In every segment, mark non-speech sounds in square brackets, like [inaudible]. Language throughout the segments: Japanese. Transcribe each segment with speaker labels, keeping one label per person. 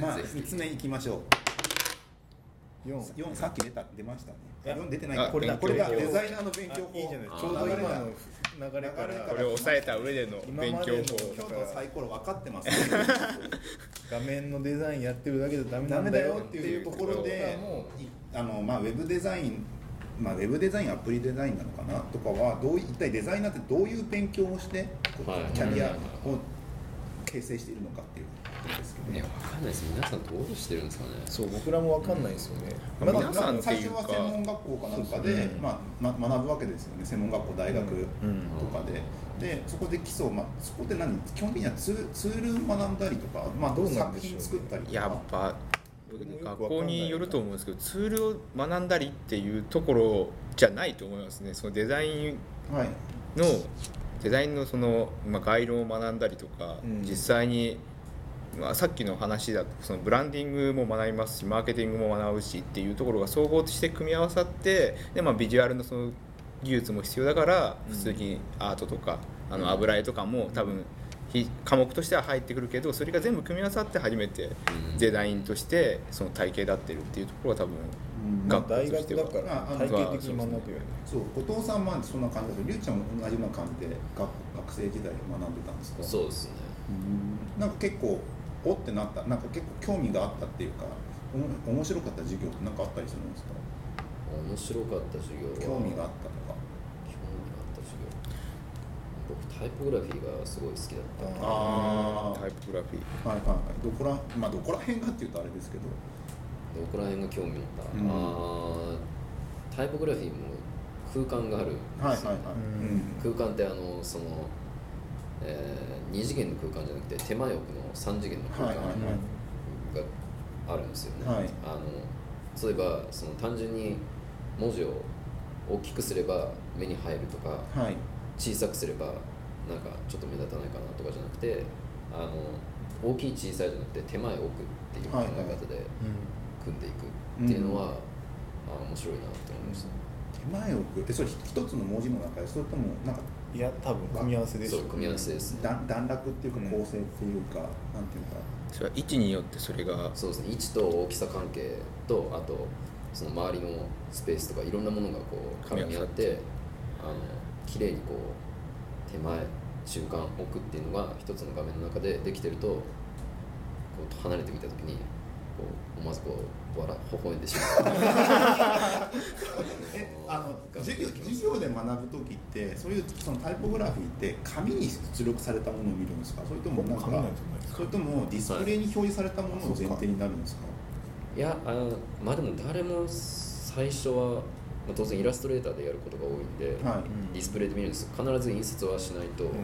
Speaker 1: まあ
Speaker 2: ぜひぜ
Speaker 1: 三
Speaker 2: ひ
Speaker 1: つ目いきましょう。
Speaker 3: 四。
Speaker 1: 四さっき出た出ましたね。
Speaker 3: いや
Speaker 1: 四出てない
Speaker 2: あ
Speaker 1: か。これだ
Speaker 2: 勉強
Speaker 1: これだ
Speaker 3: 法
Speaker 1: デザイナーの勉強
Speaker 3: あ
Speaker 1: 法。
Speaker 3: いいじゃない
Speaker 2: あ
Speaker 3: ちょうど今
Speaker 1: あ
Speaker 3: の流れか
Speaker 1: 流
Speaker 3: ら
Speaker 1: れか
Speaker 2: こ
Speaker 1: ら
Speaker 2: れを抑えた上での
Speaker 3: 今まで
Speaker 2: 勉
Speaker 3: の
Speaker 2: 強
Speaker 1: 京
Speaker 2: 法
Speaker 1: 都は最高路分かってます、ね。
Speaker 3: 画面のデザインやってるだけじゃダメ
Speaker 1: ダ
Speaker 3: な
Speaker 1: メ
Speaker 3: ん
Speaker 1: だ
Speaker 3: だ
Speaker 1: よ
Speaker 3: よ
Speaker 1: っ
Speaker 3: ってて
Speaker 1: い
Speaker 3: いうう
Speaker 1: と
Speaker 3: と
Speaker 1: こ
Speaker 3: こ
Speaker 1: ろ
Speaker 3: ろ
Speaker 1: で
Speaker 3: で
Speaker 1: いあのまあウェブデザインまあウェブデザインアプリデザインなのかなとかはどうい一体デザイナーってどういう勉強をしてこう
Speaker 2: はい
Speaker 1: キャリアを形成しているのかっていうことですけど
Speaker 2: いやわかんないです皆さんどうしてるんですかね
Speaker 3: そう僕らもわかんないですよね
Speaker 2: まあ
Speaker 1: まあ
Speaker 2: 皆さんっていうか
Speaker 1: 最初は専門学校かなんかで、
Speaker 3: そうですね
Speaker 1: まあ、ま学ぶわけですよね専門学校大学
Speaker 3: うん
Speaker 1: とかで、でそこで基礎、まあ、そこで何基本的にはツーツールを学んだりとか、まあ、
Speaker 3: どうなん
Speaker 1: 作
Speaker 3: でしょ
Speaker 1: 品
Speaker 3: うね
Speaker 1: 作ったりとか
Speaker 4: やっぱ
Speaker 3: 僕もよくわかんないな
Speaker 4: 学校によると思うんですけどツールを学んだりっていうところじゃないと思いますねそのデザイン
Speaker 1: はい
Speaker 4: のデザインのその、まあ、概論を学んだりとか、
Speaker 3: うん
Speaker 4: 実際に、まあ、さっきの話だとそのブランディングも学びますしマーケティングも学ぶしっていうところが総合として組み合わさってで、まあ、ビジュアルのその技術も必要だから普通にアートとか、あの油絵とかも多分ひ科目としては入ってくるけどそれが全部組み合わさって初めて
Speaker 2: うん
Speaker 4: デザインとしてその体系立ってるっていうところが多分
Speaker 1: うん
Speaker 4: 学校
Speaker 3: 大
Speaker 4: として
Speaker 3: 学だ
Speaker 4: は
Speaker 1: あ
Speaker 3: から
Speaker 1: あの
Speaker 3: 体系的に学ぶよね
Speaker 1: そう後藤さんはそんな感じだけどりゅうちゃんも同じような感じで学学生時代学んでたんですか
Speaker 2: そうですね
Speaker 1: うんなんか結構おってなったなんか結構興味があったっていうかおも面白かった授業って何かあったりするんですか
Speaker 2: 面白かった授業は
Speaker 1: 興味があったとか
Speaker 2: 興味があった授業僕タイポグラフィーがすごい好きだった
Speaker 3: あー
Speaker 1: あ
Speaker 4: タイプグラフィー
Speaker 1: あはいはいはいどこらまあどこら辺がっていうとあれですけど
Speaker 2: どこら辺が興味持った、
Speaker 1: うん
Speaker 2: あータイポグラフィーも空間があるんです
Speaker 1: は
Speaker 2: よ
Speaker 1: いはいはいうん
Speaker 2: 空間ってあのその、え2次元の空間じゃなくて手前奥の3次元の空
Speaker 1: はい
Speaker 2: 間
Speaker 1: はいはい
Speaker 2: があるんですよね、
Speaker 1: はい
Speaker 2: あの例えばその単純に文字を大きくすれば目に入るとか
Speaker 1: はい
Speaker 2: 小さくすればなんかちょっと目立たないかなとかじゃなくてあの大きい小さいじゃなくて手前奥っていう考え方で組んでいくっていうのは、あ面白いなと思いました、
Speaker 1: 手前奥えそれ一つの文字の中でそれともなんか
Speaker 3: いや多分組み合わせでし
Speaker 2: そ
Speaker 3: ょ
Speaker 2: う組み合わせですね、
Speaker 1: 段段落っていうか構成っていうか、なんていうか
Speaker 4: それは位置によってそれが
Speaker 2: そうですね位置と大きさ関係とあとその周りのスペースとかいろんなものがこう
Speaker 4: 組
Speaker 2: 絡
Speaker 4: み
Speaker 2: み
Speaker 4: 合
Speaker 2: 合
Speaker 4: わ
Speaker 2: っ
Speaker 4: さって
Speaker 2: てあの綺麗にこう手前中間奥っていうのが一つの画面の中でできてるとこう離れてみた時にこう思わずこう笑微笑んでしまう
Speaker 1: えあの授業授業で学ぶ時ってそういうそのタイポグラフィーって紙に出力されたものを見るんですかそれともなんか
Speaker 3: 紙なんじゃないですか
Speaker 1: それともディスプレイに表示されたものを前提になるんですか
Speaker 2: いやあのまあでも誰も最初は、まあ、当然イラストレーターでやることが多いんで、
Speaker 1: はい、
Speaker 3: うん
Speaker 2: ディスプレイで見るんですけど必ず印刷はしないと、
Speaker 3: ん
Speaker 1: うん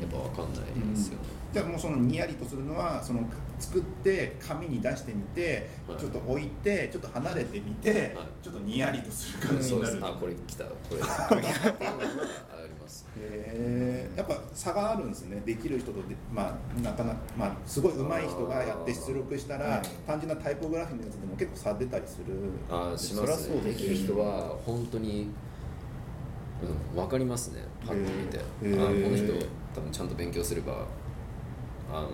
Speaker 2: やっぱ分かんないですよね、
Speaker 1: じゃあもうそのにやりとするのはその作って紙に出してみて、
Speaker 2: はい
Speaker 1: ちょっと置いてちょっと離れてみて、ちょっとにやりとする感じ
Speaker 2: そう
Speaker 1: に
Speaker 2: で
Speaker 1: なる
Speaker 2: すあこれ来たこ
Speaker 4: [laughs]
Speaker 2: れあります
Speaker 1: へえやっぱ差があるんですねできる人とでまあなかなかまあすごい上手い人がやって出力したら
Speaker 3: あー
Speaker 1: 単純なタイポグラフィーのやつでも結構差出たりする
Speaker 2: あし
Speaker 3: そ
Speaker 2: ま
Speaker 3: りゃ
Speaker 2: す
Speaker 3: そう
Speaker 2: ね
Speaker 3: で
Speaker 2: ですきる人は本当にうん分かりますねパッと見て、
Speaker 1: へー
Speaker 2: あこ
Speaker 1: へー
Speaker 2: の人多分ちゃんと勉強すればあの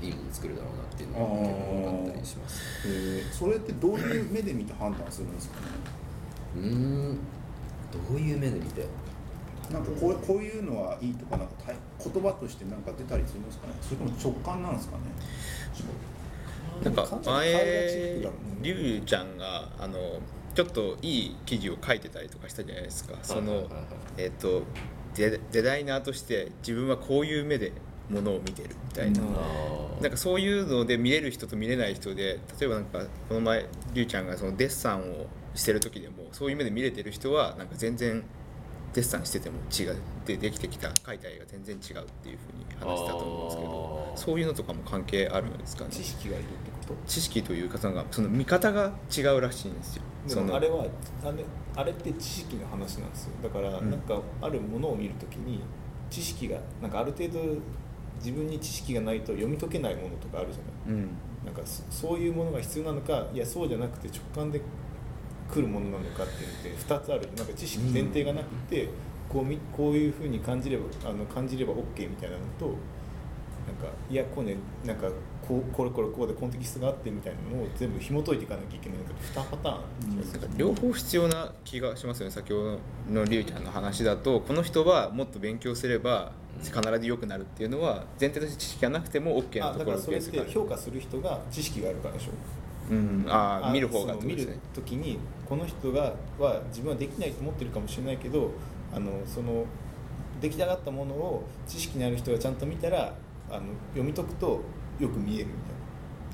Speaker 2: いいもの作るだろうなっていうのが結構分かったりします
Speaker 1: へーそれってどういう目で見て判断するんですかね
Speaker 2: うーんどういう目で見て
Speaker 1: なんかこうこういうのはいいとかなんかタイ言葉としてなんか出たりするんですかねそれとも直感なんですかね
Speaker 4: なんか
Speaker 3: 完全に顔がチッ
Speaker 4: 前
Speaker 3: プだもんね
Speaker 4: リュウちゃんがあのちょっといい記事を書いてたりとかしたじゃないですかそ
Speaker 2: はい
Speaker 4: の
Speaker 2: はいはい
Speaker 4: えっとデデザイナーとして自分はこういう目でものを見てるみたいな
Speaker 3: うん
Speaker 2: あ
Speaker 4: なんかそういうので見れる人と見れない人で例えばなんかこの前りゅうちゃんがそのデッサンをしてる時でもそういう目で見れてる人はなんか全然デッサンしてても違うでできてきた描いた絵が全然違うっていうふうに話したと思うんですけど
Speaker 2: あー
Speaker 4: そういうのとかも関係あるんですかね
Speaker 3: 知識がいるってこと
Speaker 4: 知識というかそのその見方が違うらしいんですよ
Speaker 3: で
Speaker 4: そ
Speaker 3: も
Speaker 4: の
Speaker 3: あれはあれあれって知識の話なんですよだから
Speaker 4: ん
Speaker 3: なんかあるものを見るときに知識がなんかある程度自分に知識がないと読み解けないものとかあるじゃない
Speaker 4: うん
Speaker 3: なんかそそういうものが必要なのかいやそうじゃなくて直感で来るものなのかっていうのって2つあるなんか知識前提がなくて、こうみこういうふうに感じればあの感じれば OK みたいなのとなんかいやこうねなんかこうこれこれこうでコンテキストがあってみたいなのを全部紐解いていかなきゃいけないから2パターンある気がす
Speaker 4: な
Speaker 3: る
Speaker 4: んか両方必要な気がしますよね先ほどのりゅうちゃんの話だとこの人はもっと勉強すれば必ず良くなるっていうのは前提として知識がなくても OK な
Speaker 3: あ
Speaker 4: と
Speaker 3: だ
Speaker 4: こ
Speaker 3: か
Speaker 4: ろ
Speaker 3: ら
Speaker 4: を
Speaker 3: それっ
Speaker 4: する
Speaker 3: て
Speaker 4: から
Speaker 3: 評価する人が知識があるからでしょ
Speaker 4: うん、ああ見る方がっ
Speaker 3: その
Speaker 4: てこと
Speaker 3: 見
Speaker 4: です
Speaker 3: る
Speaker 4: ね
Speaker 3: 時にこの人がは自分はできないと思ってるかもしれないけどあのその出来上がったものを知識のある人がちゃんと見たらあの読み解くとよく見えるみ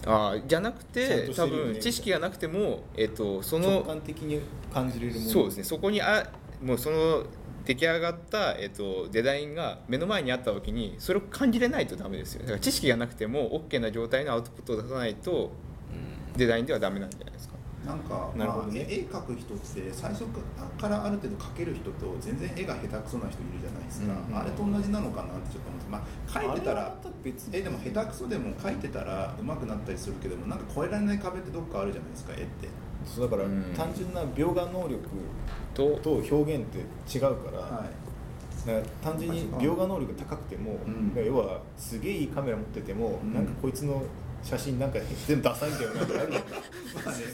Speaker 4: ああじゃなくて
Speaker 3: ちゃんとして
Speaker 4: 多
Speaker 3: るよね
Speaker 4: 分知識がなくても、えっと、そ
Speaker 3: たいな直
Speaker 4: の
Speaker 3: 感的に感じれるもの
Speaker 4: そうですねそこにあもうその出来上がった、えっと、デザインが目の前にあった時にそれを感じれないとダメですよだから知識がなくても OK な状態のアウトプットを出さないとデザインではダメなんじゃないですか
Speaker 1: なんか、
Speaker 3: なるほどね
Speaker 1: まあ絵絵描く人って最初からある程度描ける人と全然絵が下手くそな人いるじゃないですか、
Speaker 4: うん
Speaker 1: あれと同じなのかなってちょっと思って、まあ、描いてた
Speaker 3: あれは
Speaker 1: ら
Speaker 3: ま別に
Speaker 1: 絵でも下手くそでも描いてたら上手くなったりするけどもなんか超えられない壁ってどっかあるじゃないですか絵って
Speaker 3: そうだから
Speaker 4: うん
Speaker 3: 単純な描画能力
Speaker 4: と
Speaker 3: と表現って違うから,、
Speaker 1: はい
Speaker 3: だから単純に描画能力高くても、
Speaker 1: うん
Speaker 3: だから要はすげえいいカメラ持ってても、
Speaker 1: うん
Speaker 3: なんかこいつの写真なんか全部ダサいんだよなってなる
Speaker 1: まあね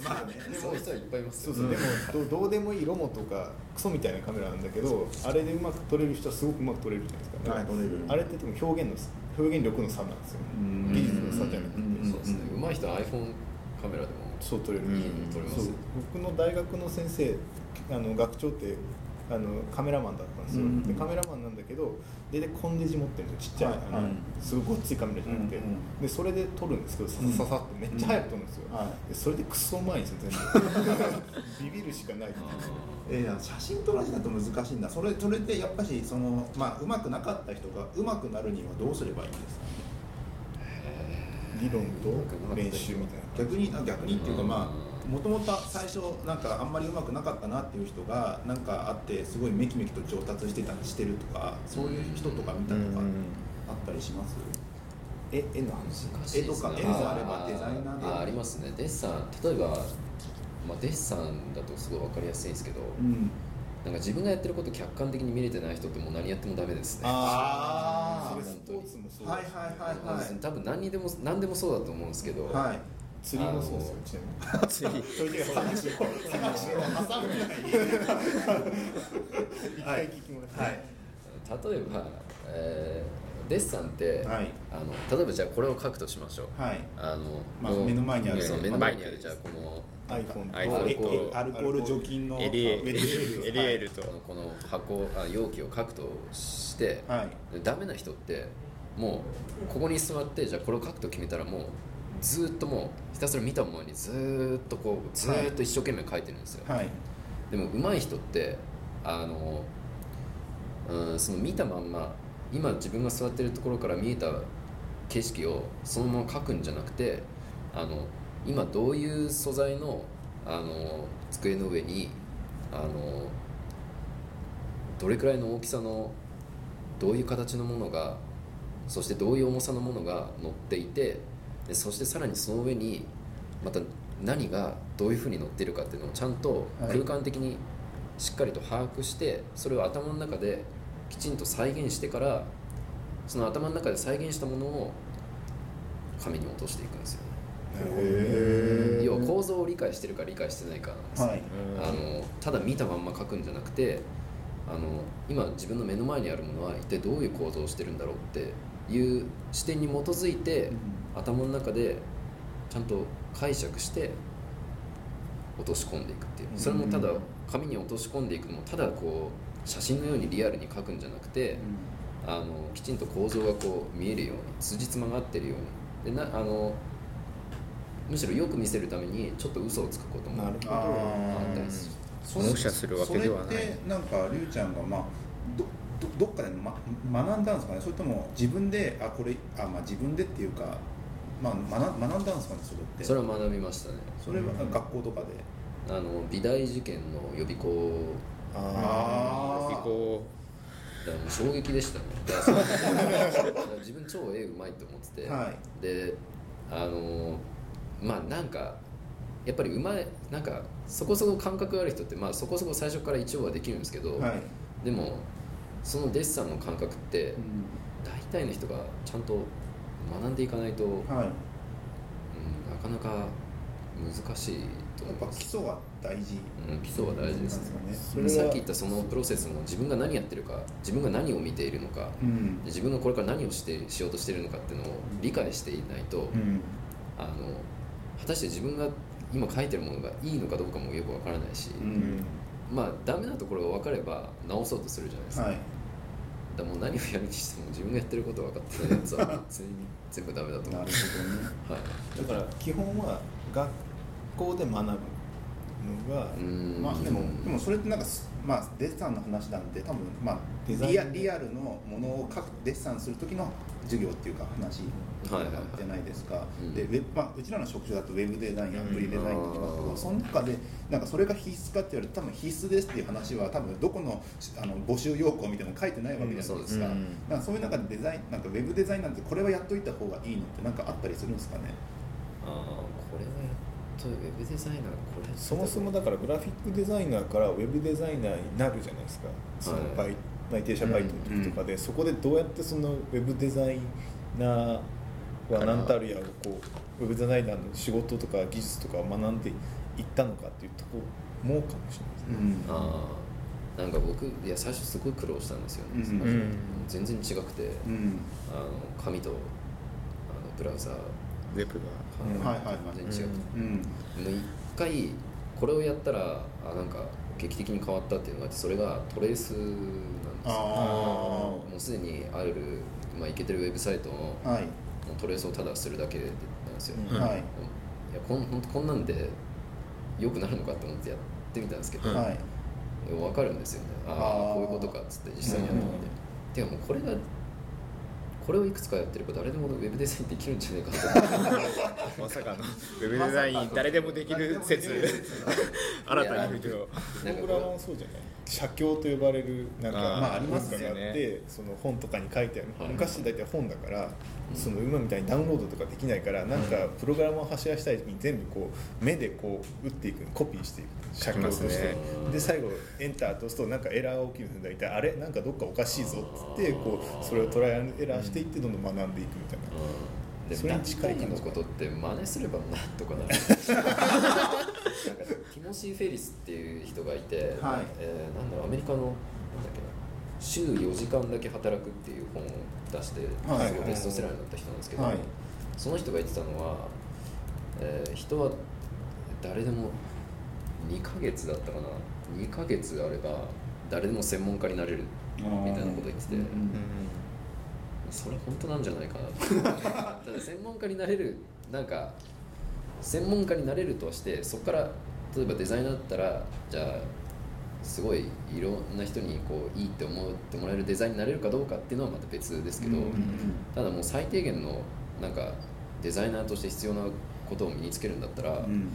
Speaker 1: まあねで
Speaker 2: そ
Speaker 1: も
Speaker 2: ういう人はいっぱいいます
Speaker 3: そう
Speaker 2: よ
Speaker 3: そう、でもどうどうでもいいロモとかクソみたいなカメラなんだけどあれでうまく撮れる人はすごくうまく撮れるじゃない
Speaker 1: はい
Speaker 3: ですか、
Speaker 1: 撮れる
Speaker 3: あれってでも表現の表現力の差なんですよね
Speaker 1: うん
Speaker 3: 技術の差じゃなくて
Speaker 1: うん
Speaker 2: そうですね上手い人は iPhone カメラでも
Speaker 3: そう撮れる、
Speaker 4: うん
Speaker 2: 撮れま
Speaker 3: そう
Speaker 2: すよ
Speaker 3: 僕の大学の先生あの学長ってあのカメラマンだったんですよ、
Speaker 1: うん
Speaker 3: でカメラマンなんだけど大体コンデジ持ってるんですよちっちゃい、
Speaker 1: はい
Speaker 3: あの
Speaker 1: はい
Speaker 3: すごいごっついカメラじゃなくて、
Speaker 1: うんうん
Speaker 3: でそれで撮るんですけどささささってめっちゃ早く撮るんですよ、
Speaker 1: うんはい
Speaker 3: でそれでクソうまいんですよ全部ビビるしかない
Speaker 1: えー写真撮られだと難しいんだそれそれってやっぱしその、まあ、上手くなかった人が上手くなるにはどうすればいいんですか
Speaker 3: 理論と練習みたいな
Speaker 1: 逆にあ逆にっていうか
Speaker 2: うん
Speaker 1: まあもともと最初なんかあんまり上手くなかったなっていう人がなんかあってすごいメキメキと上達してたしてるとかそういう人とか見たとかあったりします
Speaker 3: え絵の話
Speaker 2: 難しいですね
Speaker 1: 絵とか絵があればデザイナーで
Speaker 2: ああありますねデッサン例えば、まあ、デッサンだとすごい分かりやすいんですけど、
Speaker 1: ん
Speaker 2: なんか自分がやってることを客観的に見れてない人ってもう何やってもダメですね
Speaker 1: あー
Speaker 3: それスポーツもそうだし
Speaker 1: はいはいはいはい
Speaker 2: 多分何にでも何でもそうだと思うんですけど、
Speaker 1: はい
Speaker 3: 釣りもそうですよちなみにそれで話を話を挟むみたいに一回聞きました、
Speaker 1: はい
Speaker 2: 例えば、えーデッサンって、
Speaker 1: はい
Speaker 2: あの例えばじゃあこれを書くとしましょう、
Speaker 1: はい
Speaker 2: あの、
Speaker 1: まあ
Speaker 2: こう
Speaker 1: 目の前にある
Speaker 2: そう目の前にあるじゃあこの
Speaker 3: iPhone と
Speaker 4: アイコン
Speaker 3: え
Speaker 2: と
Speaker 3: え
Speaker 1: アルコール除菌の
Speaker 4: エリエ
Speaker 1: ウェルシール
Speaker 4: エリエールと、
Speaker 2: あのこの箱あ容器を書くとして、
Speaker 1: はい
Speaker 2: でダメな人ってもうここに座ってじゃあこれを書くと決めたらもうずーっともうひたすら見たままにずーっとこうずーっと一生懸命書いてるんですよ、
Speaker 1: はい
Speaker 2: でも上手い人ってあの、うん、その見たまんま今自分が座ってるところから見えた景色をそのまま描くんじゃなくてあの今どういう素材のあの机の上にあのどれくらいの大きさのどういう形のものがそしてどういう重さのものが乗っていてでそしてさらにその上にまた何がどういうふうに乗っているかっていうのをちゃんと
Speaker 1: はい
Speaker 2: 空間的にしっかりと把握してそれを頭の中できちんと再現してからその頭の中で再現したものを紙に落としていくんですよ、
Speaker 1: へ
Speaker 2: 要は構造を理解してるか理解してないかなんですよ
Speaker 1: はい
Speaker 2: あのただ見たまんま書くんじゃなくてあの今自分の目の前にあるものは一体どういう構造をしてるんだろうっていう視点に基づいて、頭の中でちゃんと解釈して落とし込んでいくっていう
Speaker 1: うん
Speaker 2: それもただ紙に落とし込んでいくのもただこう写真のようにリアルに書くんじゃなくて、あのきちんと構造がこう見えるように辻褄が合ってるようにでなあのむしろよく見せるためにちょっと嘘をつくことも
Speaker 3: な
Speaker 2: あ
Speaker 3: る
Speaker 2: っ
Speaker 3: ほ
Speaker 1: あ
Speaker 3: ど
Speaker 1: ー
Speaker 2: たりする。
Speaker 1: そ
Speaker 4: 模写するわけではない
Speaker 1: それってなんかりゅうちゃんがまあどどどっかで、ま、学んだんですかねそれとも自分であこれあまあ自分でっていうかまあ学学んだんですかねそれって
Speaker 2: それは学びましたね
Speaker 1: それは学校とかで
Speaker 2: あの美大受験の予備校
Speaker 1: あー
Speaker 4: 移行
Speaker 2: だからもう衝撃でした
Speaker 1: [laughs]
Speaker 2: ねだからそのだから自分超絵うまいと思ってて、
Speaker 1: は
Speaker 2: であのまあなんかやっぱりうまいなんかそこそこ感覚ある人ってまあそこそこ最初から一応はできるんですけど、
Speaker 1: はい、
Speaker 2: でもそのデッサンの感覚って
Speaker 1: うん
Speaker 2: 大体の人がちゃんと学んでいかないと
Speaker 1: はい
Speaker 2: なか難しいと
Speaker 1: や
Speaker 2: 思
Speaker 1: っ
Speaker 2: い
Speaker 1: ぱ
Speaker 2: ま
Speaker 1: 基
Speaker 2: す、
Speaker 1: 礎は大事
Speaker 2: うん、基礎は大事ですね
Speaker 1: なん
Speaker 3: それは
Speaker 2: さっき言ったそのプロセスも自分が何やってるか自分が何を見ているのか
Speaker 1: う
Speaker 2: で
Speaker 1: ん
Speaker 2: 自分がこれから何をしてしようとしているのかっていうのを理解していないと、
Speaker 1: うん
Speaker 2: あの果たして自分が今書いてるものがいいのかどうかもよくわからないし、
Speaker 1: うん
Speaker 2: まあダメなところが分かれば直そうとするじゃないですか,、
Speaker 1: はい
Speaker 2: だからもう何をやるにしても自分がやってること分かってないやつは全員全部ダメだと思
Speaker 1: な
Speaker 2: う
Speaker 1: るほどね
Speaker 2: はい
Speaker 3: だから基本は学校で学ぶのが
Speaker 2: うーん
Speaker 1: まあでもでもそれってなんかすまあデッサンの話なんで多分まあ
Speaker 3: デザイン
Speaker 1: リアリアルのものを書くデッサンする時の授業っていうか話
Speaker 2: はいはいはい
Speaker 1: じゃないですか、
Speaker 2: うん
Speaker 1: でウェブまあ、うちらの職種だとウェブデザインアプリデザインとかだけど、
Speaker 2: うん
Speaker 1: その中でなんかそれが必須かって言われて多分必須ですっていう話は多分どこのあの募集要項みたいなの書いてないわけじゃないですか,、
Speaker 4: うんそうですね
Speaker 1: なんかそういう中でデザインなんかウェブデザインなんてこれはやっといた方がいいのってなんかあったりするんですかね
Speaker 2: あーこれはやっとウェブデザイナーがこれ
Speaker 3: そもそもだからグラフィックデザイナーからウェブデザイナーになるじゃないですかそのバイ、内定者バイトの時とかで、そこでどうやってそのウェブデザイナーは何たるやをこうウェブデザイナーの仕事とか技術とかを学んでいったのかっていうところもかもしれないですね。
Speaker 1: ん
Speaker 2: あーなんか僕いや最初すごい苦労したんですよね、
Speaker 1: うん
Speaker 2: 最初
Speaker 4: うん
Speaker 2: 全然違くて、
Speaker 1: うん
Speaker 2: あの紙とあのブラウザー
Speaker 4: ウェブが
Speaker 3: うん
Speaker 1: はいはいはい
Speaker 2: 全然違くて、
Speaker 1: うん
Speaker 2: もう一回これをやったらあなんか劇的に変わったっていうのがあってそれがトレースなんですよ
Speaker 1: あ
Speaker 2: もうすでにある、まあ、いけてるウェブサイトのも
Speaker 1: あはいう
Speaker 2: トレースをただするだけなんですよ、
Speaker 3: うん
Speaker 2: い
Speaker 1: はい
Speaker 2: やこんほんとこんなんで良くなるのかと思ってやってみたんですけど、
Speaker 4: うん
Speaker 1: はい
Speaker 2: 分かるんですよねあ
Speaker 1: あー
Speaker 2: あこういうことかっつって実際にやってみて、てかもうこれがこれをいくつかやってれば誰でもウェブデザインできるんじゃないかと思 [laughs] って
Speaker 4: まさかのウェブデザイン誰でもできる説新たに見てる
Speaker 2: なんかこ
Speaker 3: プログラマーはそうじゃない写経と呼ばれるなんか
Speaker 4: あー
Speaker 1: まあありますよね
Speaker 3: 文化があってその本とかに書いてある、
Speaker 2: はい
Speaker 3: 昔大体本だから、その今みたいにダウンロードとかできないからなんかプログラムを走らせたい時に全部こう目でこう打っていくコピーしていく写経として、
Speaker 4: 書きますね
Speaker 3: で最後エンターと押すとなんかエラーが起きるんで大体あれなんかどっかおかしいぞっつってこうそれをトライアンドエラーしていってどんどん学んでいくみたいな。
Speaker 2: で
Speaker 3: それに近い
Speaker 2: ダンテのことって真似すればなんと
Speaker 1: [laughs]
Speaker 2: かなるなんかティモシー・フェリスっていう人がいて、
Speaker 1: はい
Speaker 2: えーなんだろうアメリカのなんだっけな週4時間だけ働くっていう本を出して、
Speaker 1: はい
Speaker 2: すごいベストセラーになった人なんですけど、
Speaker 1: はい
Speaker 2: その人が言ってたのは、えー人は誰でも2ヶ月だったかな2ヶ月あれば誰でも専門家になれるみたいなこと言ってて、それ本当なんじゃないかな [laughs] ただ専門家になれるなんか専門家になれるとはしてそこから例えばデザイナーだったらじゃあすごいいろんな人にこういいって思ってもらえるデザインになれるかどうかっていうのはまた別ですけど、
Speaker 1: うんうん
Speaker 2: ただもう最低限のなんかデザイナーとして必要なことを身につけるんだったら、
Speaker 1: うん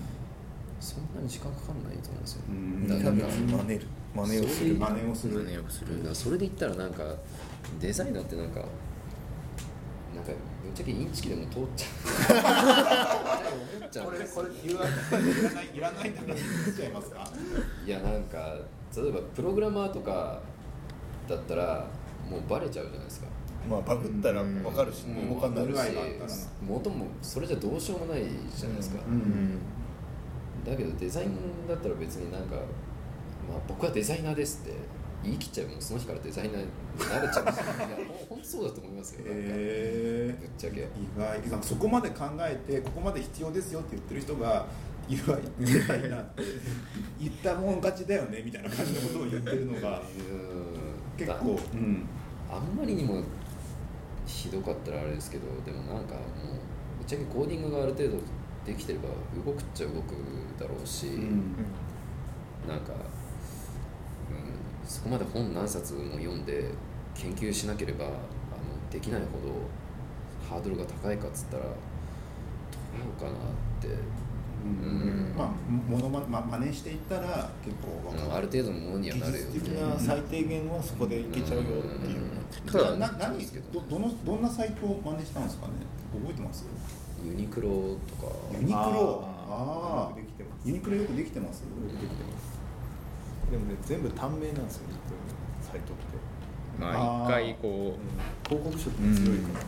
Speaker 2: そんなに時間かかんないと思うんですよ、
Speaker 1: うん
Speaker 2: だ
Speaker 3: な
Speaker 2: から
Speaker 3: ん
Speaker 2: なん
Speaker 3: か
Speaker 2: か
Speaker 3: 真似る真似をする
Speaker 1: 真似をする
Speaker 4: 真似をす
Speaker 2: う
Speaker 4: る
Speaker 2: んだからそれで言ったらなんかデザイナーってなんかなんかぶっちゃけインチキでも通っちゃう思っちゃ
Speaker 3: [laughs]
Speaker 2: う
Speaker 1: こ
Speaker 2: ん
Speaker 1: れ
Speaker 2: です
Speaker 1: こ
Speaker 2: よ
Speaker 1: れいらないいらないんだから言っちゃいますか
Speaker 2: いやなんか例えばプログラマーとかだったらもうバレちゃうじゃないですか
Speaker 3: まあバグったらわかるし、
Speaker 1: うん
Speaker 3: わかんない
Speaker 1: わ
Speaker 3: し
Speaker 1: かる具合があったら
Speaker 2: 元もそれじゃどうしようもないじゃないですか、
Speaker 1: ん
Speaker 2: だけどデザインだったら別になんか、まあ、僕はデザイナーですって言い切っちゃえばもうその日からデザイナーにな
Speaker 3: [laughs]
Speaker 2: れちゃうしいやほんとそうだと思いますよ、なんか
Speaker 1: え
Speaker 2: ぶっちゃけ
Speaker 1: ー、意外なんかそこまで考えてここまで必要ですよって言ってる人がいるわ言ってないなって言ったもん勝ちだよねみたいな感じのことを言ってるのが
Speaker 2: うーん
Speaker 1: 結構うん
Speaker 2: あんまりにもひどかったらあれですけどでもなんかもうぶっちゃけコーディングがある程度できてれば動くっちゃ動くだろうし、
Speaker 1: うん
Speaker 2: なんか、うん、そこまで本何冊も読んで研究しなければあのできないほどハードルが高いかっつったらどうかなって、
Speaker 1: うんまあものまま真似していったら結構わ
Speaker 2: うん
Speaker 1: か
Speaker 2: あ
Speaker 1: る
Speaker 2: る程度のものには
Speaker 3: 技
Speaker 2: なるよ
Speaker 3: 術的な最低限はそこでいけちゃうよっていう。
Speaker 4: ただ
Speaker 1: な何
Speaker 2: ですけど
Speaker 1: どどのどんなサイトを真似したんですかね覚えてます
Speaker 2: ユニクロとか
Speaker 1: ユニクロ
Speaker 3: あー
Speaker 1: ああ
Speaker 3: よくできてます
Speaker 1: ユニクロよくできてます
Speaker 3: でもね全部短命なんですよねサイトって、
Speaker 4: まあ一回こ
Speaker 3: 広告色が強いか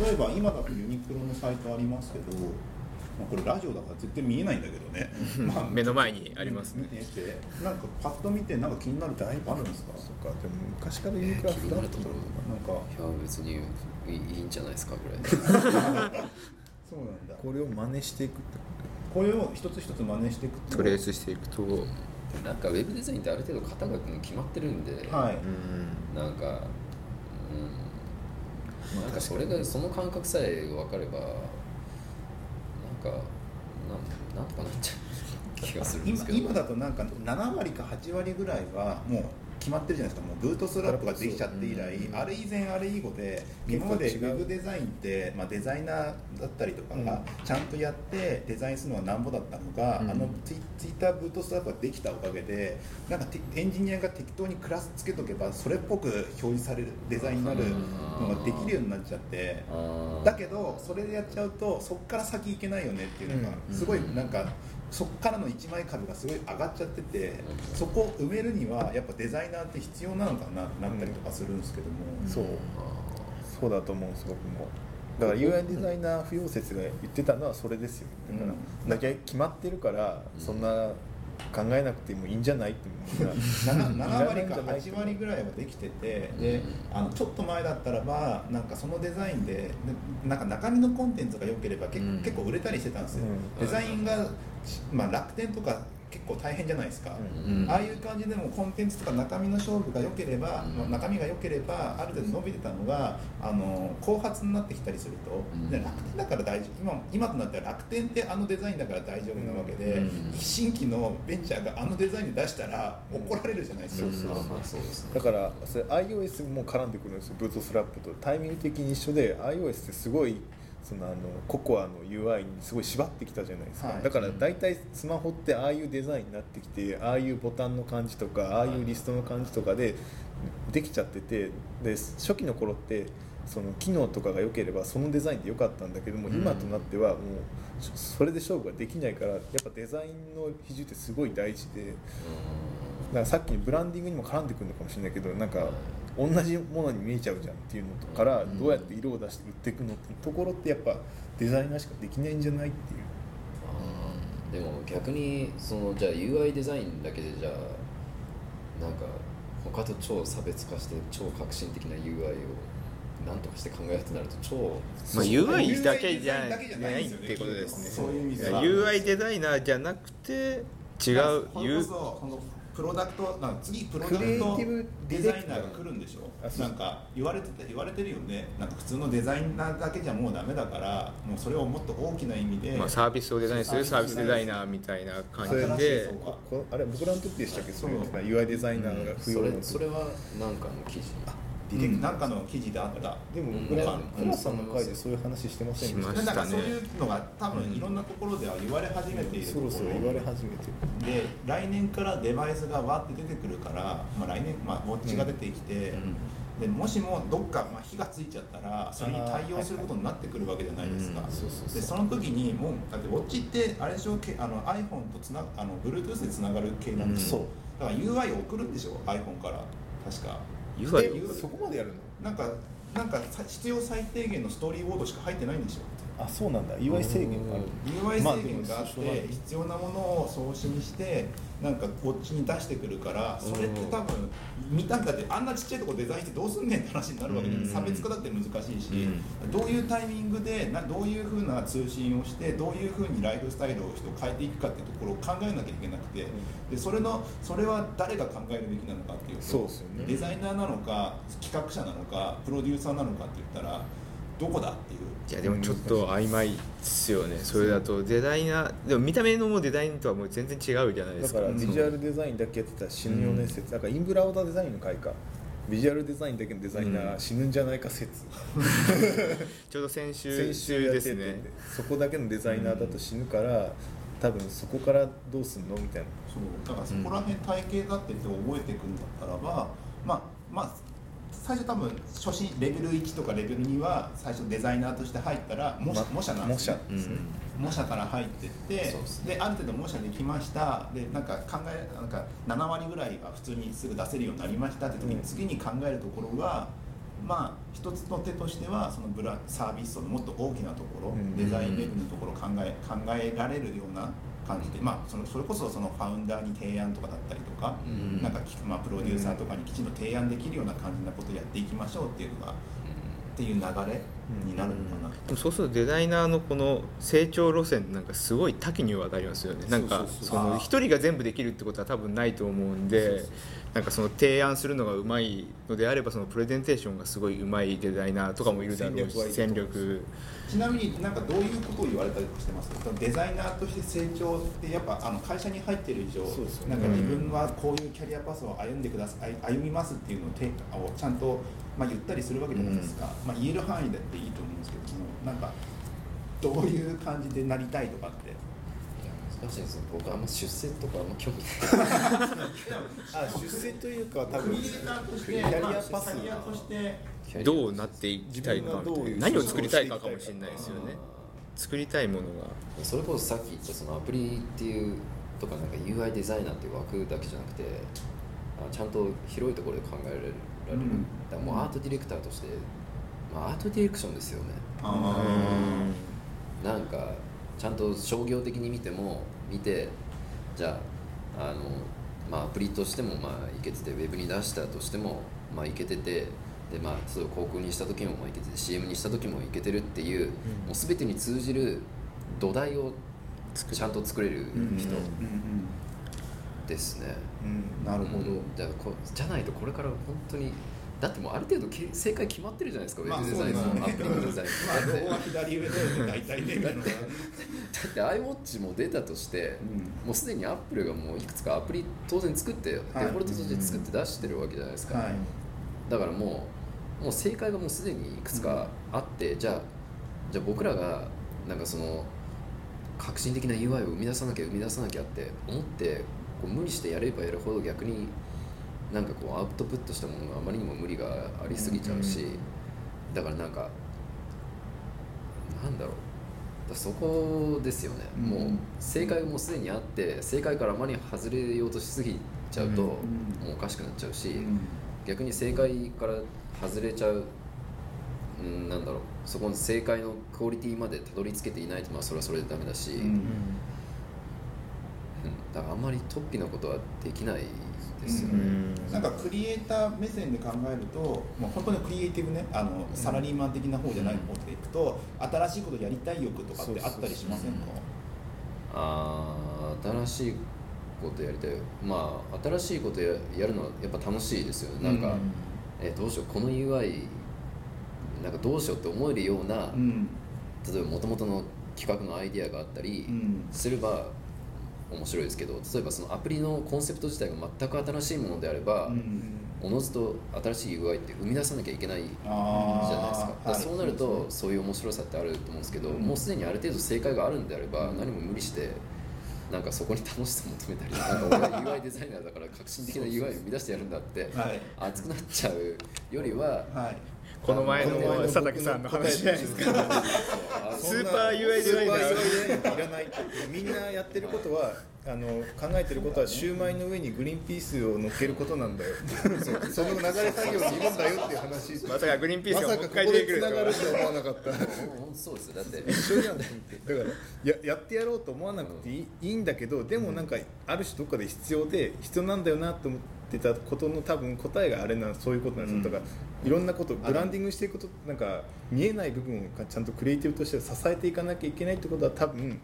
Speaker 3: ら、
Speaker 1: 例えば今だとユニクロのサイトありますけどまあこれラジオだから絶対見えないんだけどね、ま [laughs] あ
Speaker 4: 目の前にありますね
Speaker 1: 見ててなんかパッと見てなんか気になるってあるんですか
Speaker 3: そっかでも昔からユニクロは普段だったと思う
Speaker 1: なんか [laughs]
Speaker 2: いや別にいいいいんじゃないですかこれ
Speaker 1: そうなんだ
Speaker 3: これを真似していくって
Speaker 1: これを一つ一つ真似していくと
Speaker 4: トレースしていくとうん
Speaker 2: なんかウェブデザインってある程度型がもう決まってるんで、
Speaker 1: はい、
Speaker 2: なんかうんなんかそれがその感覚さえ分かればなんかなんなんとかなっちゃう気がするんで
Speaker 1: 今
Speaker 2: すけど
Speaker 1: 今だとなんか7割か8割ぐらいはもう決まってるじゃないですかもうブートストラップができちゃって以来、あれ以前あれ以後で
Speaker 3: 結
Speaker 1: 今
Speaker 3: 構違う
Speaker 1: までウェブデザインって、まあ、デザイナーだったりとかがちゃんとやってデザインするのはなんぼだったのが、
Speaker 4: うん
Speaker 1: あのツイツイッターブートストラップができたおかげでなんかてエンジニアが適当にクラスつけとけばそれっぽく表示されるデザインになるのができるようになっちゃって。
Speaker 2: あー
Speaker 1: だけどそれでやっちゃうとそっから先行けないよねっていうのが
Speaker 3: う
Speaker 1: すごいなんかそっからの一枚株がすごい上がっちゃっててそこを埋めるにはやっぱデザイナーって必要なのかなってなったりとかするんですけども、
Speaker 3: そうそうだと思うんです僕もだから UI デザイナー不要説が言ってたのはそれですよだから、
Speaker 1: うん
Speaker 3: だけ決まってるからそんな考えなくてもいいんじゃないってみ [laughs] んな
Speaker 1: 7,
Speaker 3: いらない
Speaker 1: 割
Speaker 3: んじ
Speaker 1: か
Speaker 3: ゃない
Speaker 1: 8割ぐらいはできてて
Speaker 2: ん
Speaker 1: であのちょっと前だったらばなんかそのデザインででなんか中身のコンテンツが良ければ結,、
Speaker 4: うん
Speaker 1: 結構売れたりしてたんですよ、
Speaker 3: うん
Speaker 1: デザインが、まあ、楽天とか結構大変じゃないですか、
Speaker 3: うん
Speaker 2: うん
Speaker 1: ああいう感じでもコンテンツとか中身の勝負が良ければ、
Speaker 2: うん
Speaker 1: まあ中身が良ければある程度伸びてたのがあの後発になってきたりすると、
Speaker 2: うん
Speaker 1: で楽天だから大丈夫今今となっては楽天ってあのデザインだから大丈夫なわけで、
Speaker 4: うん
Speaker 1: 新規のベンチャーがあのデザインで出したら怒られるじゃないですか、
Speaker 2: まあまあそうですね
Speaker 3: だからそれ iOS も絡んでくるんですよブートストラップとタイミング的に一緒で iOS ってすごいそのあのココアの UI にすごい縛ってきたじゃないですか、
Speaker 1: はい
Speaker 3: だから大体スマホってああいうデザインになってきてああいうボタンの感じとかああいうリストの感じとかでできちゃっててで初期の頃ってその機能とかが良ければそのデザインで良かったんだけども、
Speaker 4: うん
Speaker 3: 今となってはもうそれで勝負ができないからやっぱデザインの比重ってすごい大事で。だからさっきのブランディングにも絡んでくるのかもしれないけどなんか同じものに見えちゃうじゃんっていうのとから
Speaker 2: うん
Speaker 3: どうやって色を出して売っていくのってところってやっぱデザイナーしかできないんじゃないっていう
Speaker 2: うんでも逆にそのじゃあ UI デザインだけでじゃあなんか他と超差別化して超革新的な UI をなんとかして考えるとなると超
Speaker 4: まあ、UI だけ
Speaker 1: UI
Speaker 4: じゃ
Speaker 1: だけじゃな
Speaker 4: ないい
Speaker 1: ん
Speaker 4: っ
Speaker 1: ですよね
Speaker 4: てことです
Speaker 1: そう
Speaker 4: ね
Speaker 1: いう意味
Speaker 4: い
Speaker 1: で
Speaker 4: や
Speaker 1: は
Speaker 4: UI デザイナーじゃなくて違う
Speaker 1: これ
Speaker 4: U
Speaker 1: こそこのプロダクトなんか次プロダク
Speaker 3: クリエイテ
Speaker 1: ト
Speaker 3: ィブデ
Speaker 1: デ
Speaker 3: ィ
Speaker 1: ザ
Speaker 3: レ
Speaker 1: イ
Speaker 3: ク
Speaker 1: ナ
Speaker 3: ター
Speaker 1: ーが来るんでし
Speaker 3: あ
Speaker 1: ょ
Speaker 3: そう
Speaker 1: なんか言われてた言われてるよねなんか普通のデザイナーだけじゃもうダメだからもうそれをもっと大きな意味で、
Speaker 4: まあ、サービスをデザインするサービスデザイナーみたいな感
Speaker 3: そ
Speaker 4: じ
Speaker 3: れ
Speaker 4: で
Speaker 1: そう
Speaker 3: ここあれ僕らの時でしたっけ
Speaker 1: そ
Speaker 3: そうういうの UI デザイナーが不
Speaker 2: そ
Speaker 3: 要な
Speaker 2: れそれはなんかの記事
Speaker 1: ディレクなんかの記事であった、
Speaker 3: でも僕ら
Speaker 2: うん
Speaker 3: 倉さんの回でそういう話してませんでし
Speaker 4: しま
Speaker 3: た
Speaker 4: し
Speaker 1: なん
Speaker 4: た
Speaker 1: か
Speaker 4: ね
Speaker 1: そういうのが多分いろんなところでは言われ始めていると
Speaker 3: そ
Speaker 1: ころ
Speaker 3: ろそろ言われ始めてる
Speaker 1: で来年からデバイスがわーって出てくるから、まあ、来年、まあ、ウォッチが出てきて、でもしもどっか、まあ、火がついちゃったらそれに対応することになってくるわけじゃないですか、
Speaker 4: うん
Speaker 2: そうそうそう
Speaker 1: でその時にもうだってウォッチってあれでしょけあの iPhone とつなあの Bluetooth でつながる系なんでしょ、
Speaker 3: うん
Speaker 1: だから UI を送るんでしょ iPhone から確か
Speaker 4: UI
Speaker 1: う
Speaker 3: えそこまでやるの
Speaker 1: なんかなんかさ必要最低限のストーリーボードしか入ってないんでしょ
Speaker 3: あそうなんだ UI 制限がある
Speaker 1: UI
Speaker 3: まあ
Speaker 1: 制限があっ
Speaker 3: でもしょうがな
Speaker 1: て
Speaker 3: い
Speaker 1: 必要なものを送信してなんかこっちに出してくるからそれって多分見たんだってあんなちっちゃいとこデザインしてどうすんねんって話になるわけ
Speaker 4: う
Speaker 1: で
Speaker 4: ん
Speaker 1: 差別化だって難しいしどういうタイミングでなどういうふうな通信をしてどういうふうにライフスタイルを人を変えていくかっていうところを考えなきゃいけなくてでそれのそれは誰が考えるべきなのかっていうと
Speaker 3: そうですよね
Speaker 1: デザイナーなのか企画者なのかプロデューサーなのかって言ったらどこだっていう。
Speaker 4: いやでもちょっと曖昧っすよねそれだとデザイナーでも見た目のもうデザインとはもう全然違うじゃないで
Speaker 3: だ
Speaker 4: す
Speaker 3: か
Speaker 4: から
Speaker 3: ビジュアル
Speaker 4: で
Speaker 3: デザインだけやってたら死ぬよね説、だからインブラウダーデザインの回かビジュアルデザインだけのデザイナー死ぬんじゃないか説、
Speaker 4: ちょうど先週
Speaker 3: 先週や
Speaker 4: で
Speaker 3: っ
Speaker 4: す
Speaker 3: てて、
Speaker 4: ね
Speaker 3: そこだけのデザイナーだと死ぬから、多分そこからどうすんのみたいな
Speaker 1: そうだからそこら辺体系だってって覚えていくんだったらば、まあまあ最初多分初心レベル1とかレベル2は最初デザイナーとして入ったら模写,、
Speaker 3: ま
Speaker 1: 模写なんです、ね、
Speaker 4: うん
Speaker 1: 模写から入ってって
Speaker 2: そうです
Speaker 1: で,、ある程度模写できましたでなんか考えなんか7割ぐらいは普通にすぐ出せるようになりましたって時に、
Speaker 3: うん
Speaker 1: 次に考えるところがまあ一つの手としてはそのブラサービスのもっと大きなところ、
Speaker 3: うん
Speaker 1: デザインレベルのところを考え考えられるような感じで、まあ、そのそれこそそのファウンダーに提案とかだったりとか、
Speaker 2: うん
Speaker 1: なんかき、まあ、プロデューサーとかにきちんと提案できるような感じなことをやっていきましょうっていうのが、っていう流れになるのかな、
Speaker 4: でもそうするとデザイナーのこの成長路線ってなんかすごい多岐にわたりますよねなんか
Speaker 1: そうそう
Speaker 4: その一人が全部できるってことは多分ないと思うんでなんかその提案するのがうまいのであればそのプレゼンテーションがすごいうまいデザイナーとかもいるだろうし
Speaker 3: そう戦
Speaker 4: 戦
Speaker 3: 略はいる
Speaker 4: 略
Speaker 1: ちなみになんかどういうことを言われたりとかしてますそのデザイナーとして成長ってやっぱあの会社に入ってる以上
Speaker 3: そうですよ
Speaker 1: な
Speaker 3: ね
Speaker 1: んか自分はこういうキャリアパスを歩んでください歩みますっていうのをてをちゃんと、まあ、言ったりするわけじゃないですか、まあ、言える範囲だっていいと思うんですけどもなんかどういう感じでなりたいとかって
Speaker 2: いや難しいですよ僕あんま出世とかあんま興味ない
Speaker 3: あ出世というか多
Speaker 1: ク
Speaker 3: 分
Speaker 1: リエイターとして
Speaker 3: キャリアパス
Speaker 1: キャリアとして
Speaker 2: キャリア
Speaker 4: どうなっていきたいか
Speaker 3: 自分が
Speaker 4: みた
Speaker 3: どう
Speaker 4: い
Speaker 3: いう
Speaker 4: な何を作りたいかかもしれないですよ
Speaker 2: あ
Speaker 4: ね作りたいものが
Speaker 2: ーそれこそさっき言ったそのアプリっていうとかなんか UI デザイナーっていう枠だけじゃなくてあちゃんと広いところで考えられる、
Speaker 1: うん
Speaker 2: だからもうアートディレクターとして、まあ、アートディレクションですよね
Speaker 1: あ
Speaker 2: なんかちゃんと商業的に見ても見てじゃああの、まあ、アプリとしてもまあいけててウェブに出したとしてもまあいけててでまあ例えば広告にした時もまあいけてて CM にした時もいけてるっていう,、もう全てに通じる土台をちゃんと作れる人
Speaker 1: ーうん
Speaker 2: ですね。
Speaker 1: うんなるほど、
Speaker 2: うんじゃあこじゃないとこれから本当にだってもうある程度け正解決まってるじゃないですかウ
Speaker 1: ま
Speaker 2: ェ
Speaker 1: あ
Speaker 2: ブ
Speaker 1: そ
Speaker 2: デ
Speaker 1: う
Speaker 2: ザイン
Speaker 1: ですよ
Speaker 2: も、
Speaker 1: ね
Speaker 2: アプリのデザインも。
Speaker 1: [laughs] まあ
Speaker 2: だって
Speaker 1: どこは左上だよね大体ねみたいな
Speaker 2: だって iWatch もデータとして、もうすでにアップルがもういくつかアプリ当然作って、
Speaker 1: はい
Speaker 2: デフォルトとして作って出してるわけじゃないですか、
Speaker 1: はい
Speaker 2: だからもうもう正解がもうすでにいくつかあって、じゃあじゃあ僕らがなんかその革新的な UI を生み出さなきゃ生み出さなきゃって思ってこう無理してやればやるほど逆になんかこうアウトプットしたものがあまりにも無理がありすぎちゃうし、だからなんかなんだろうだからそこですよね、
Speaker 1: うん
Speaker 2: もう正解がもうすでにあって正解からあまり外れようとしすぎちゃうと、
Speaker 3: うん
Speaker 2: もうおかしくなっちゃうし、
Speaker 1: うん
Speaker 2: 逆に正解から外れちゃう、うん、なんだろうそこの正解のクオリティまでたどり着けていないと、まあ、それはそれでダメだし、
Speaker 1: うん
Speaker 2: うんだからあんまり突飛なことはできないですよ
Speaker 1: う
Speaker 2: ね。
Speaker 1: なんかクリエイター目線で考えると、もう本当にクリエイティブねあのサラリーマン的な方じゃない方でいくと、新しいことやりたい欲とかってあったりしませんか
Speaker 2: あー新しいことやりたいまあ新しいことややるのはやっぱ楽しいですよねなんか、
Speaker 1: うん
Speaker 2: えどうしようこの UI なんかどうしようって思えるような、
Speaker 1: うん
Speaker 2: 例えば元々の企画のアイデアがあったり
Speaker 1: うん
Speaker 2: すれば面白いですけど例えばそのアプリのコンセプト自体が全く新しいものであれば、
Speaker 1: うん
Speaker 2: おのずと新しい UI って生み出さなきゃいけない
Speaker 1: あー
Speaker 2: じゃないですかだから
Speaker 1: はい
Speaker 2: そうなるとそういう面白さってあると思うんですけど、
Speaker 1: うん
Speaker 2: もうすでにある程度正解があるんであれば
Speaker 1: うん
Speaker 2: 何も無理してなんかそこに楽しさ求
Speaker 1: [laughs]
Speaker 2: めたりなんか俺は UI デザイナーだから革新的な UI を生み出してやるんだって
Speaker 1: はい
Speaker 2: 熱くなっちゃうよりは
Speaker 1: はい
Speaker 4: この前
Speaker 2: この前
Speaker 4: の
Speaker 2: の
Speaker 4: 佐竹さんの話じゃないですか
Speaker 2: あ
Speaker 4: スーパー UI デザイナー
Speaker 3: スーパー UI デザイナーいらないみんなやってることはあの考えてることはシューマイの上にグリーンピースを乗っけることなんだ
Speaker 4: [laughs]
Speaker 3: よそうその流れ作業にいるんだよっていう話
Speaker 4: まさかグリーンピース
Speaker 3: ま
Speaker 4: がもう
Speaker 3: さか
Speaker 4: 一
Speaker 3: こ
Speaker 4: 回
Speaker 3: こ
Speaker 4: 出て
Speaker 3: で
Speaker 4: くる
Speaker 3: 繋
Speaker 4: と
Speaker 3: が
Speaker 4: は
Speaker 3: るとは思わなかった
Speaker 2: ほんそうですよだって
Speaker 3: 一緒じゃんと思ってだからややってやろうと思わなくていい,、いいんだけどでもなんかある種どっかで必要で必要なんだよなと思ってたことの多分答えがあれなそういうことなんですよ、だからいろんなことブランディングしていくことなんか見えない部分をちゃんとクリエイティブとして支えていかなきゃいけないってことは多分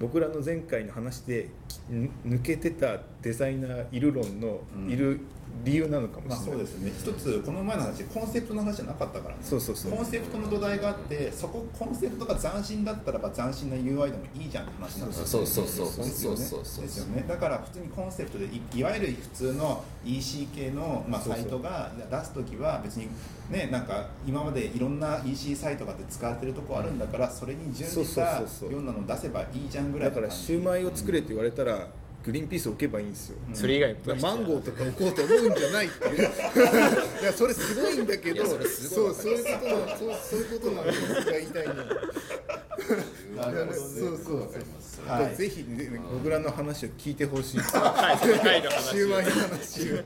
Speaker 3: 僕らの前回の話でき抜けてたデザイナーいる論の
Speaker 1: うん
Speaker 3: いる理由なのかも
Speaker 1: まあ
Speaker 3: し
Speaker 1: そ
Speaker 3: れ
Speaker 1: う
Speaker 3: ない、
Speaker 1: ですね一つこの前の話コンセプトの話じゃなかったからね
Speaker 3: そうそうそう
Speaker 1: コンセプトの土台があってそこコンセプトが斬新だったらば斬新な UI でもいいじゃんって話なんですよね
Speaker 2: そうそうそう
Speaker 1: ですよね
Speaker 2: そうそうそう
Speaker 1: ですよねだから普通にコンセプトでいいわゆる普通の EC 系の、まあ、
Speaker 3: そう
Speaker 1: サ
Speaker 3: そう
Speaker 1: イトが出す時は別にねなんか今までいろんな EC サイトがって使ってるとこあるんだからそれに準じた
Speaker 3: そうそうそうそう
Speaker 1: ようなの出せばいいじゃんぐらいの
Speaker 3: だから
Speaker 1: 感じ
Speaker 3: シューマイを作れって言われたらグリーンピース置けばいいんですよ、
Speaker 4: それ以外
Speaker 3: だからマンゴーとか置こうと思うんじゃないっていういやそれすごいんだけ
Speaker 2: いや
Speaker 3: ど
Speaker 2: それす
Speaker 3: そ
Speaker 2: ごいう
Speaker 3: そういうことなそうそういうことなの僕が言いたいの
Speaker 1: なるほどね
Speaker 3: そうそう
Speaker 2: そ
Speaker 1: はい
Speaker 3: だからぜひね僕らの話を聞いてほしいシュ
Speaker 4: はい世界の話
Speaker 3: ーマイの話を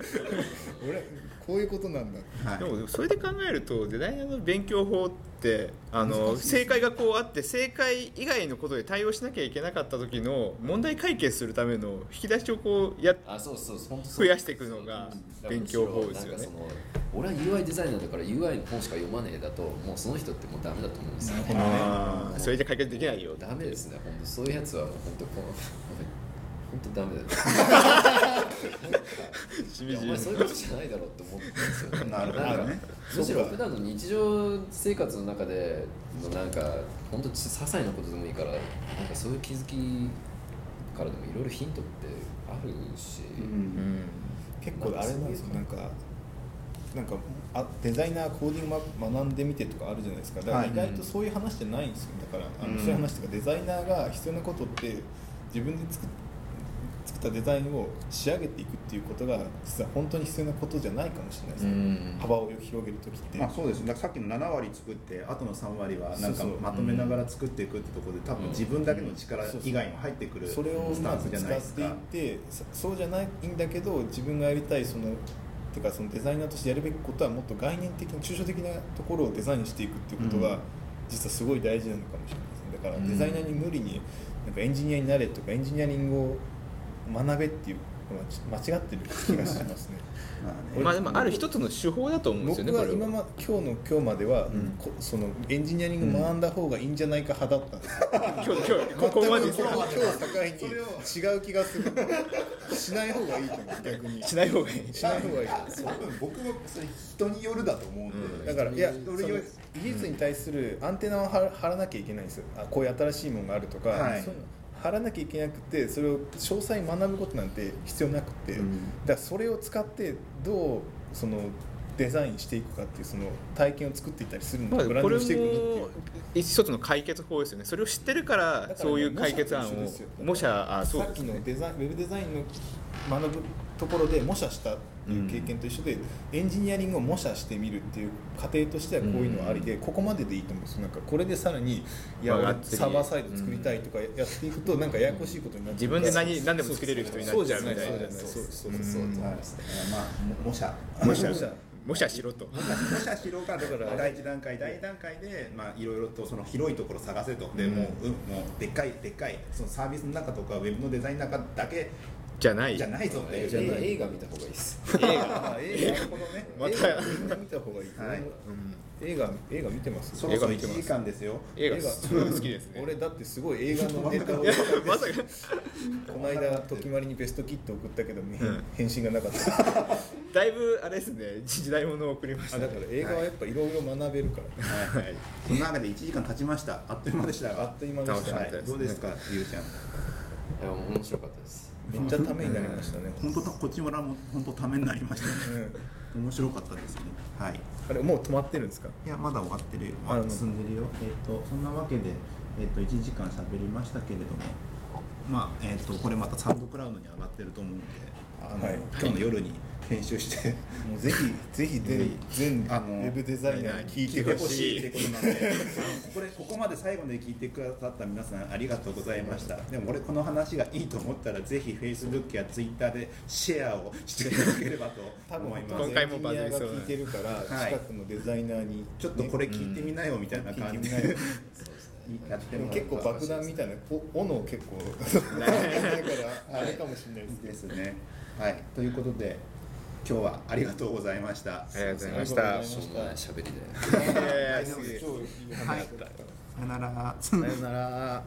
Speaker 3: 俺こういうことなんだ
Speaker 1: はい
Speaker 4: でもそれで考えるとデザイナーの勉強法ってあの正解がこうあって正解以外のことで対応しなきゃいけなかった時の問題解決するための引き出しをこうやっ
Speaker 2: あそうそうそう本当そう
Speaker 4: 増やしていくのが勉強法です
Speaker 2: なん
Speaker 4: よね
Speaker 2: かその俺は UI デザイナーだから UI の本しか読まねえだともうその人ってもうダメだと思うんですよ
Speaker 1: なるほど
Speaker 4: あーそれじゃ解決できないよ
Speaker 2: ダメですね本当そういうやつはもう本当この [laughs] 本当ダメだよ
Speaker 4: し
Speaker 2: い
Speaker 4: み
Speaker 2: やお
Speaker 4: じみ
Speaker 2: 前そういうことじゃないだろうって思ってんですよ
Speaker 1: なるほどね
Speaker 2: んかむしろ普段の日常生活の中でのなんか本当些細なことでもいいからなんかそういう気づきからでもいろいろヒントってあるし、
Speaker 4: うん
Speaker 3: 結構あれなんですよなんかなんかあデザイナーコーディング学んでみてとかあるじゃないですかだから
Speaker 1: はい
Speaker 3: 意外とそういう話じゃないんですよだからあ
Speaker 1: うん
Speaker 3: のそういう話とかデザイナーが必要なことって自分で作っ作ったデザインを仕上げていくっていうことが実は本当に必要なことじゃないかもしれないですね、
Speaker 2: うん
Speaker 3: 幅を広げる時って、
Speaker 1: まあそうですね、だからさっきの7割作ってあとの3割はなんか
Speaker 3: そうそう
Speaker 1: まとめながら作っていくってところで多
Speaker 2: うん
Speaker 1: 分自分だけの力
Speaker 3: そうそう
Speaker 1: 以外も入ってくるス
Speaker 3: それを
Speaker 1: タ
Speaker 3: ま
Speaker 1: ン
Speaker 3: ず
Speaker 1: スじゃない
Speaker 3: 使
Speaker 1: で
Speaker 3: っ
Speaker 1: す
Speaker 3: てい
Speaker 1: か
Speaker 3: ってそそうじゃないんだけど自分がやりたいそのてかそのデザイナーとしてやるべきことはもっと概念的に抽象的なところをデザインしていくっていうこと
Speaker 1: う
Speaker 3: が
Speaker 1: ん
Speaker 3: 実はすごい大事なのかもしれないですねだか
Speaker 2: う
Speaker 3: ら
Speaker 2: ん
Speaker 3: デザイナーに無理になんかエンジニアになれとかエンジニアリングを学べっていうのはち間違ってる気が
Speaker 1: [laughs]
Speaker 3: しますね
Speaker 1: まあね
Speaker 4: まあでもある一つの手法だと思うんですよね
Speaker 3: 僕は
Speaker 4: これ
Speaker 3: 今ま今日の今日までは、
Speaker 1: ん
Speaker 3: こそのエンジニアリング学んだ方がいいんじゃないか派だったんですよ
Speaker 4: 今日今日ここまで
Speaker 3: 全く今日
Speaker 1: それを
Speaker 3: を境に違う気がするしない方がいいと思う逆に
Speaker 4: しない方がいい
Speaker 3: しない方がいい
Speaker 1: 多分僕もそれ人によるだと思うんで、
Speaker 3: だからいや
Speaker 1: 人
Speaker 3: その
Speaker 1: によ
Speaker 3: 技
Speaker 1: る
Speaker 3: 術に対するアンテナを張ら張らなきゃいけないんですよあこういう新しいものがあるとか、
Speaker 1: はい
Speaker 3: そういうの張らなきゃいけなくてそれを詳細に学ぶことなんて必要なくて、
Speaker 1: うん
Speaker 3: だからそれを使ってどうそのデザインしていくかっていうその体験を作っていったりするの
Speaker 4: ま
Speaker 3: か
Speaker 4: あ、
Speaker 3: ブラン
Speaker 4: こ
Speaker 3: ド
Speaker 4: れ
Speaker 3: にしていくのっていう
Speaker 4: も一つの解決法ですよねそれを知ってるから
Speaker 3: ら
Speaker 4: そういう解決案を
Speaker 3: 模写と一緒ですよ
Speaker 4: 模写あそ
Speaker 3: さ
Speaker 4: う
Speaker 3: っ
Speaker 4: です
Speaker 3: き
Speaker 4: ね
Speaker 3: のデザインウェブデザインの学ぶところで模写したっていう経験と一緒で、エンジニアリングを模写してみるっていう過程としてはこういうのはありで、ここまででいいと思うんですよなんかこれでさらにいや
Speaker 4: まあが
Speaker 3: 俺
Speaker 4: っつり
Speaker 3: サーバーサイド作りたいとかやっていくとなんかややこしいことになって
Speaker 4: 自分で何何でも作れる人になっちゃうみたいな
Speaker 3: そうそうそうそう
Speaker 2: そう
Speaker 3: そ
Speaker 2: そう
Speaker 3: う
Speaker 1: はいまあも模写
Speaker 3: 模写模写
Speaker 4: 模写しろと
Speaker 1: 模写しろがだ
Speaker 3: から
Speaker 1: 第一段階第二段階でまあいろいろとその広いところ探せとでもううんもうでっかいでっかいそのサービスの中とかウェブのデザインの中だけ
Speaker 4: じゃない
Speaker 1: じゃないぞっていう
Speaker 2: じゃあ映画見た方がいいです
Speaker 3: あー映画なるほどね
Speaker 4: [laughs] また
Speaker 3: 映画みんな見た方がいい、
Speaker 1: はい
Speaker 3: 映画映画見てます
Speaker 1: そろそろ
Speaker 4: 映画見てます
Speaker 1: 1時間ですよ
Speaker 4: 映画すごい好きですね
Speaker 3: 俺だってすごい映画のネ
Speaker 4: [laughs]
Speaker 3: タを
Speaker 4: まさか
Speaker 3: この間時まりにベストキット送ったけど、
Speaker 4: ん
Speaker 3: 返信がなかったあ
Speaker 4: だいぶあれですね時代物を送りましたね
Speaker 3: だから映画はやっぱいろいろ学べるから、
Speaker 1: はいその中で1時間経ちましたあっという間でしたが
Speaker 3: あっという間でした、
Speaker 4: 楽
Speaker 1: は
Speaker 4: しみ
Speaker 1: い、どうですか、ゆうちゃん。
Speaker 2: いや面白かったです
Speaker 3: めっちゃためになりましたね、
Speaker 1: 本当だ、こっちもらも、本当ためになりましたね。
Speaker 3: うん
Speaker 1: 面白かったですね。はい。
Speaker 3: あれもう止まってるんですか
Speaker 1: いや、まだ終わってるよ。
Speaker 3: あの
Speaker 1: 進んでるよ。えっ、と、そんなわけで、えっ、と、1時間喋りましたけれども。まあ、えっ、と、これまたサウンドクラウドに上がってると思うんで。あの、
Speaker 3: はい
Speaker 1: 今日の夜に編集して。
Speaker 3: もうぜひぜひ全全
Speaker 1: あ
Speaker 3: あ
Speaker 1: の
Speaker 3: のウェブデザイナーに聞いてほしい
Speaker 1: ってことなんでこれここまで最後まで聞いてくださった皆さんありがとうございましたでも俺この話がいいと思ったらぜひ Facebook や Twitter でシェアをしていただければと
Speaker 3: 多分
Speaker 1: 思い
Speaker 3: 本
Speaker 1: ま
Speaker 3: 当
Speaker 1: す
Speaker 3: に
Speaker 4: 今回も
Speaker 3: エンジニアが聞いてるから、
Speaker 1: はい
Speaker 3: 近くのデザイナーに
Speaker 1: ちょっとこれ聞いてみなよみたいな
Speaker 3: 聞い
Speaker 1: 感
Speaker 3: て
Speaker 1: じ
Speaker 3: み
Speaker 1: で [laughs]
Speaker 3: な
Speaker 2: そう
Speaker 3: い
Speaker 2: ですね
Speaker 1: やって
Speaker 3: で
Speaker 1: も
Speaker 3: も
Speaker 1: らえ
Speaker 3: 結構爆弾みたいなお斧を結構だからあれかもしれないです
Speaker 1: いですねはいということで今日はありがとうございました
Speaker 4: ありがとうございまし
Speaker 3: あ
Speaker 4: た
Speaker 3: り
Speaker 2: しょうもない喋りで
Speaker 4: いやいやいや
Speaker 3: 超いい話だった
Speaker 1: さよなら
Speaker 3: さよなら